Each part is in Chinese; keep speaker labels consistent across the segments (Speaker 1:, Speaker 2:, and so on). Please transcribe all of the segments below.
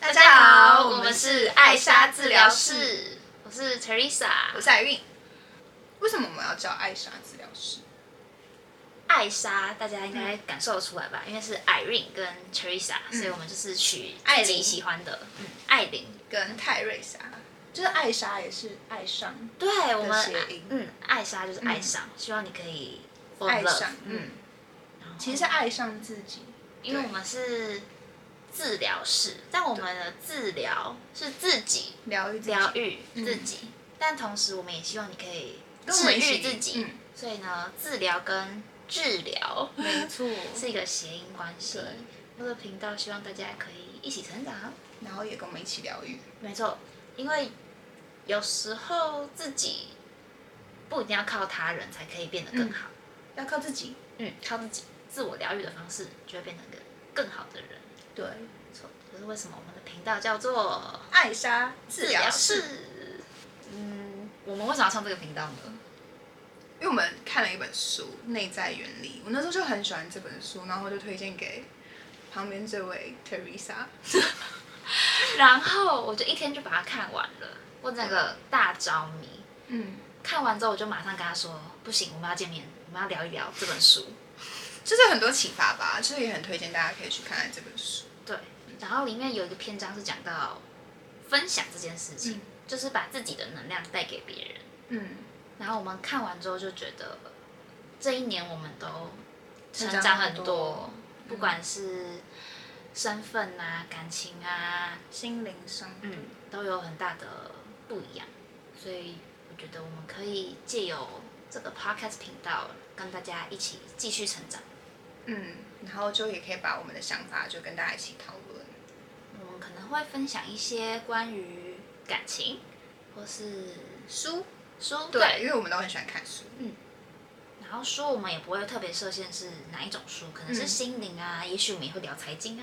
Speaker 1: 好，我们是艾莎治疗室，我是
Speaker 2: 我
Speaker 1: Teresa。
Speaker 2: 是海韵。为什么我们要叫艾莎治疗师？
Speaker 1: 艾莎大家应该感受得出来吧？因为是 Irene 跟 Teresa，、所以我们就是取
Speaker 2: 艾
Speaker 1: 自
Speaker 2: 琳
Speaker 1: 己喜欢的，嗯，艾琳。
Speaker 2: 跟泰瑞莎，就是艾莎也是爱上，
Speaker 1: 对，我们
Speaker 2: 谐音
Speaker 1: 嗯，艾莎就是爱上，希望你可以 fall
Speaker 2: 爱
Speaker 1: in love，
Speaker 2: 上，嗯
Speaker 1: 嗯，，
Speaker 2: 其实是爱上自己。
Speaker 1: 因为我们是治疗室，但我们的治疗是自己
Speaker 2: 疗愈自己
Speaker 1: 疗愈
Speaker 2: 嗯
Speaker 1: 自己，但同时我们也希望你可以
Speaker 2: 跟我们
Speaker 1: 治
Speaker 2: 一
Speaker 1: 愈
Speaker 2: 起
Speaker 1: 自己。
Speaker 2: 嗯
Speaker 1: 所以呢，治疗跟治疗
Speaker 2: 没错，
Speaker 1: 是一个谐音关系
Speaker 2: 对。
Speaker 1: 我的频道希望大家可以一起成长。
Speaker 2: 然后也跟我们一起疗愈。
Speaker 1: 没错，因为有时候自己不一定要靠他人才可以变得更好，
Speaker 2: 要靠自己。
Speaker 1: 嗯，靠自己自我疗愈的方式，就会变成一个更好的人。
Speaker 2: 对，
Speaker 1: 没错，这是为什么我们的频道叫做
Speaker 2: 艾莎治疗室，。
Speaker 1: 嗯，我们为什么要上这个频道呢？
Speaker 2: 因为我们看了一本书《内在原理》，我那时候就很喜欢这本书，然后就推荐给旁边这位 Teresa。
Speaker 1: 然后我就一天就把它看完了，我整个大着迷。
Speaker 2: 嗯，
Speaker 1: 看完之后，我就马上跟他说：“不行，我们要见面，我们要聊一聊这本书。
Speaker 2: 就是很多启发吧，就是也很推荐大家可以去看看这本书。”
Speaker 1: 对，然后里面有一个篇章是讲到分享这件事情，
Speaker 2: 嗯
Speaker 1: 就是把自己的能量带给别人。
Speaker 2: 嗯，
Speaker 1: 然后我们看完之后就觉得，这一年我们都成
Speaker 2: 成
Speaker 1: 长
Speaker 2: 长
Speaker 1: 很
Speaker 2: 很多
Speaker 1: 多，不管是身份啊、感情啊，
Speaker 2: 心灵上，
Speaker 1: 嗯，都有很大的不一样，所以我觉得我们可以借由这个 podcast 频道跟大家一起继续成长。
Speaker 2: 嗯，然后就也可以把我们的想法就跟大家一起讨论。
Speaker 1: 我们可能会分享一些关于感情或是
Speaker 2: 书，
Speaker 1: 书，
Speaker 2: 对，因为我们都很喜欢看书。
Speaker 1: 然后书我们也不会特别设限是哪一种书，可能是
Speaker 2: 嗯
Speaker 1: 心灵啊，也许我们也会聊财经啊。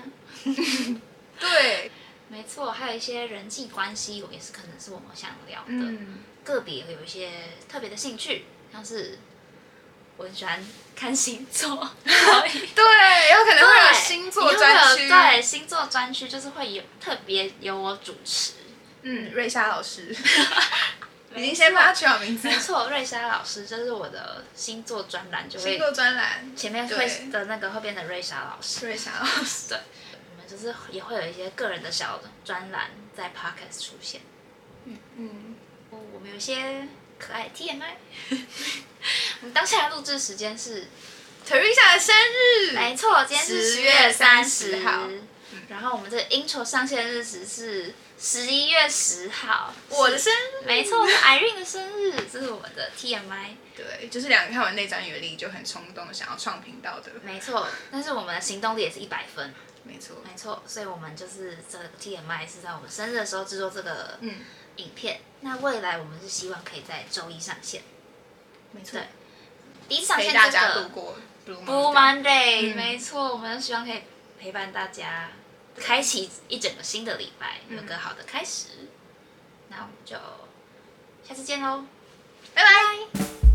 Speaker 2: 对，
Speaker 1: 没错，还有一些人际关系，我也是可能是我们想聊的。
Speaker 2: 嗯，
Speaker 1: 个别有一些特别的兴趣，像是我很喜欢看星座， 所以
Speaker 2: 对，有可能会有星座专
Speaker 1: 以
Speaker 2: 区。
Speaker 1: 后会有对星座专区就是会有特别由我主持。
Speaker 2: 嗯，瑞莎 老师已经先帮他取好名字
Speaker 1: 没，错，瑞莎老师就是我的星座专栏，就
Speaker 2: 星
Speaker 1: 会
Speaker 2: 座专栏，
Speaker 1: 前面
Speaker 2: 对
Speaker 1: 会的那个会变成瑞莎老师。
Speaker 2: 瑞莎老师。
Speaker 1: 对，我们就是也会有一些个人的小专栏在 Podcast 出现。
Speaker 2: 嗯，
Speaker 1: 哦我们有一些可爱 TMI。我们当下的录制时间是
Speaker 2: Teresa 的生日，
Speaker 1: 没错，今天是
Speaker 2: 10
Speaker 1: 月
Speaker 2: 月
Speaker 1: 三
Speaker 2: 30
Speaker 1: 号
Speaker 2: 号。嗯
Speaker 1: 然后我们这个 intro 上线日时是十一月十号，
Speaker 2: 我的
Speaker 1: 是
Speaker 2: 生日，
Speaker 1: 没错，是 Irene 的生日，这是我们的 TMI，
Speaker 2: 对，就是两个看完那张原力就很冲动想要创频道的，
Speaker 1: 没错。但是我们的行动力也是一百分，
Speaker 2: 没错，
Speaker 1: 没错。所以我们就是这个 TMI 是在我们生日的时候制作这个
Speaker 2: 嗯，
Speaker 1: 影片。那未来我们是希望可以在周一上线，
Speaker 2: 没错，
Speaker 1: 对第一次上
Speaker 2: 陪
Speaker 1: 线
Speaker 2: 大
Speaker 1: 这
Speaker 2: 家度
Speaker 1: 个
Speaker 2: 过
Speaker 1: Blue
Speaker 2: Blue Monday
Speaker 1: Monday，、
Speaker 2: 嗯
Speaker 1: 没错，我们希望可以陪伴大家，开启一整个新的礼拜，有个好的开始。那我们就下次见喽，
Speaker 2: 拜拜。
Speaker 1: 拜。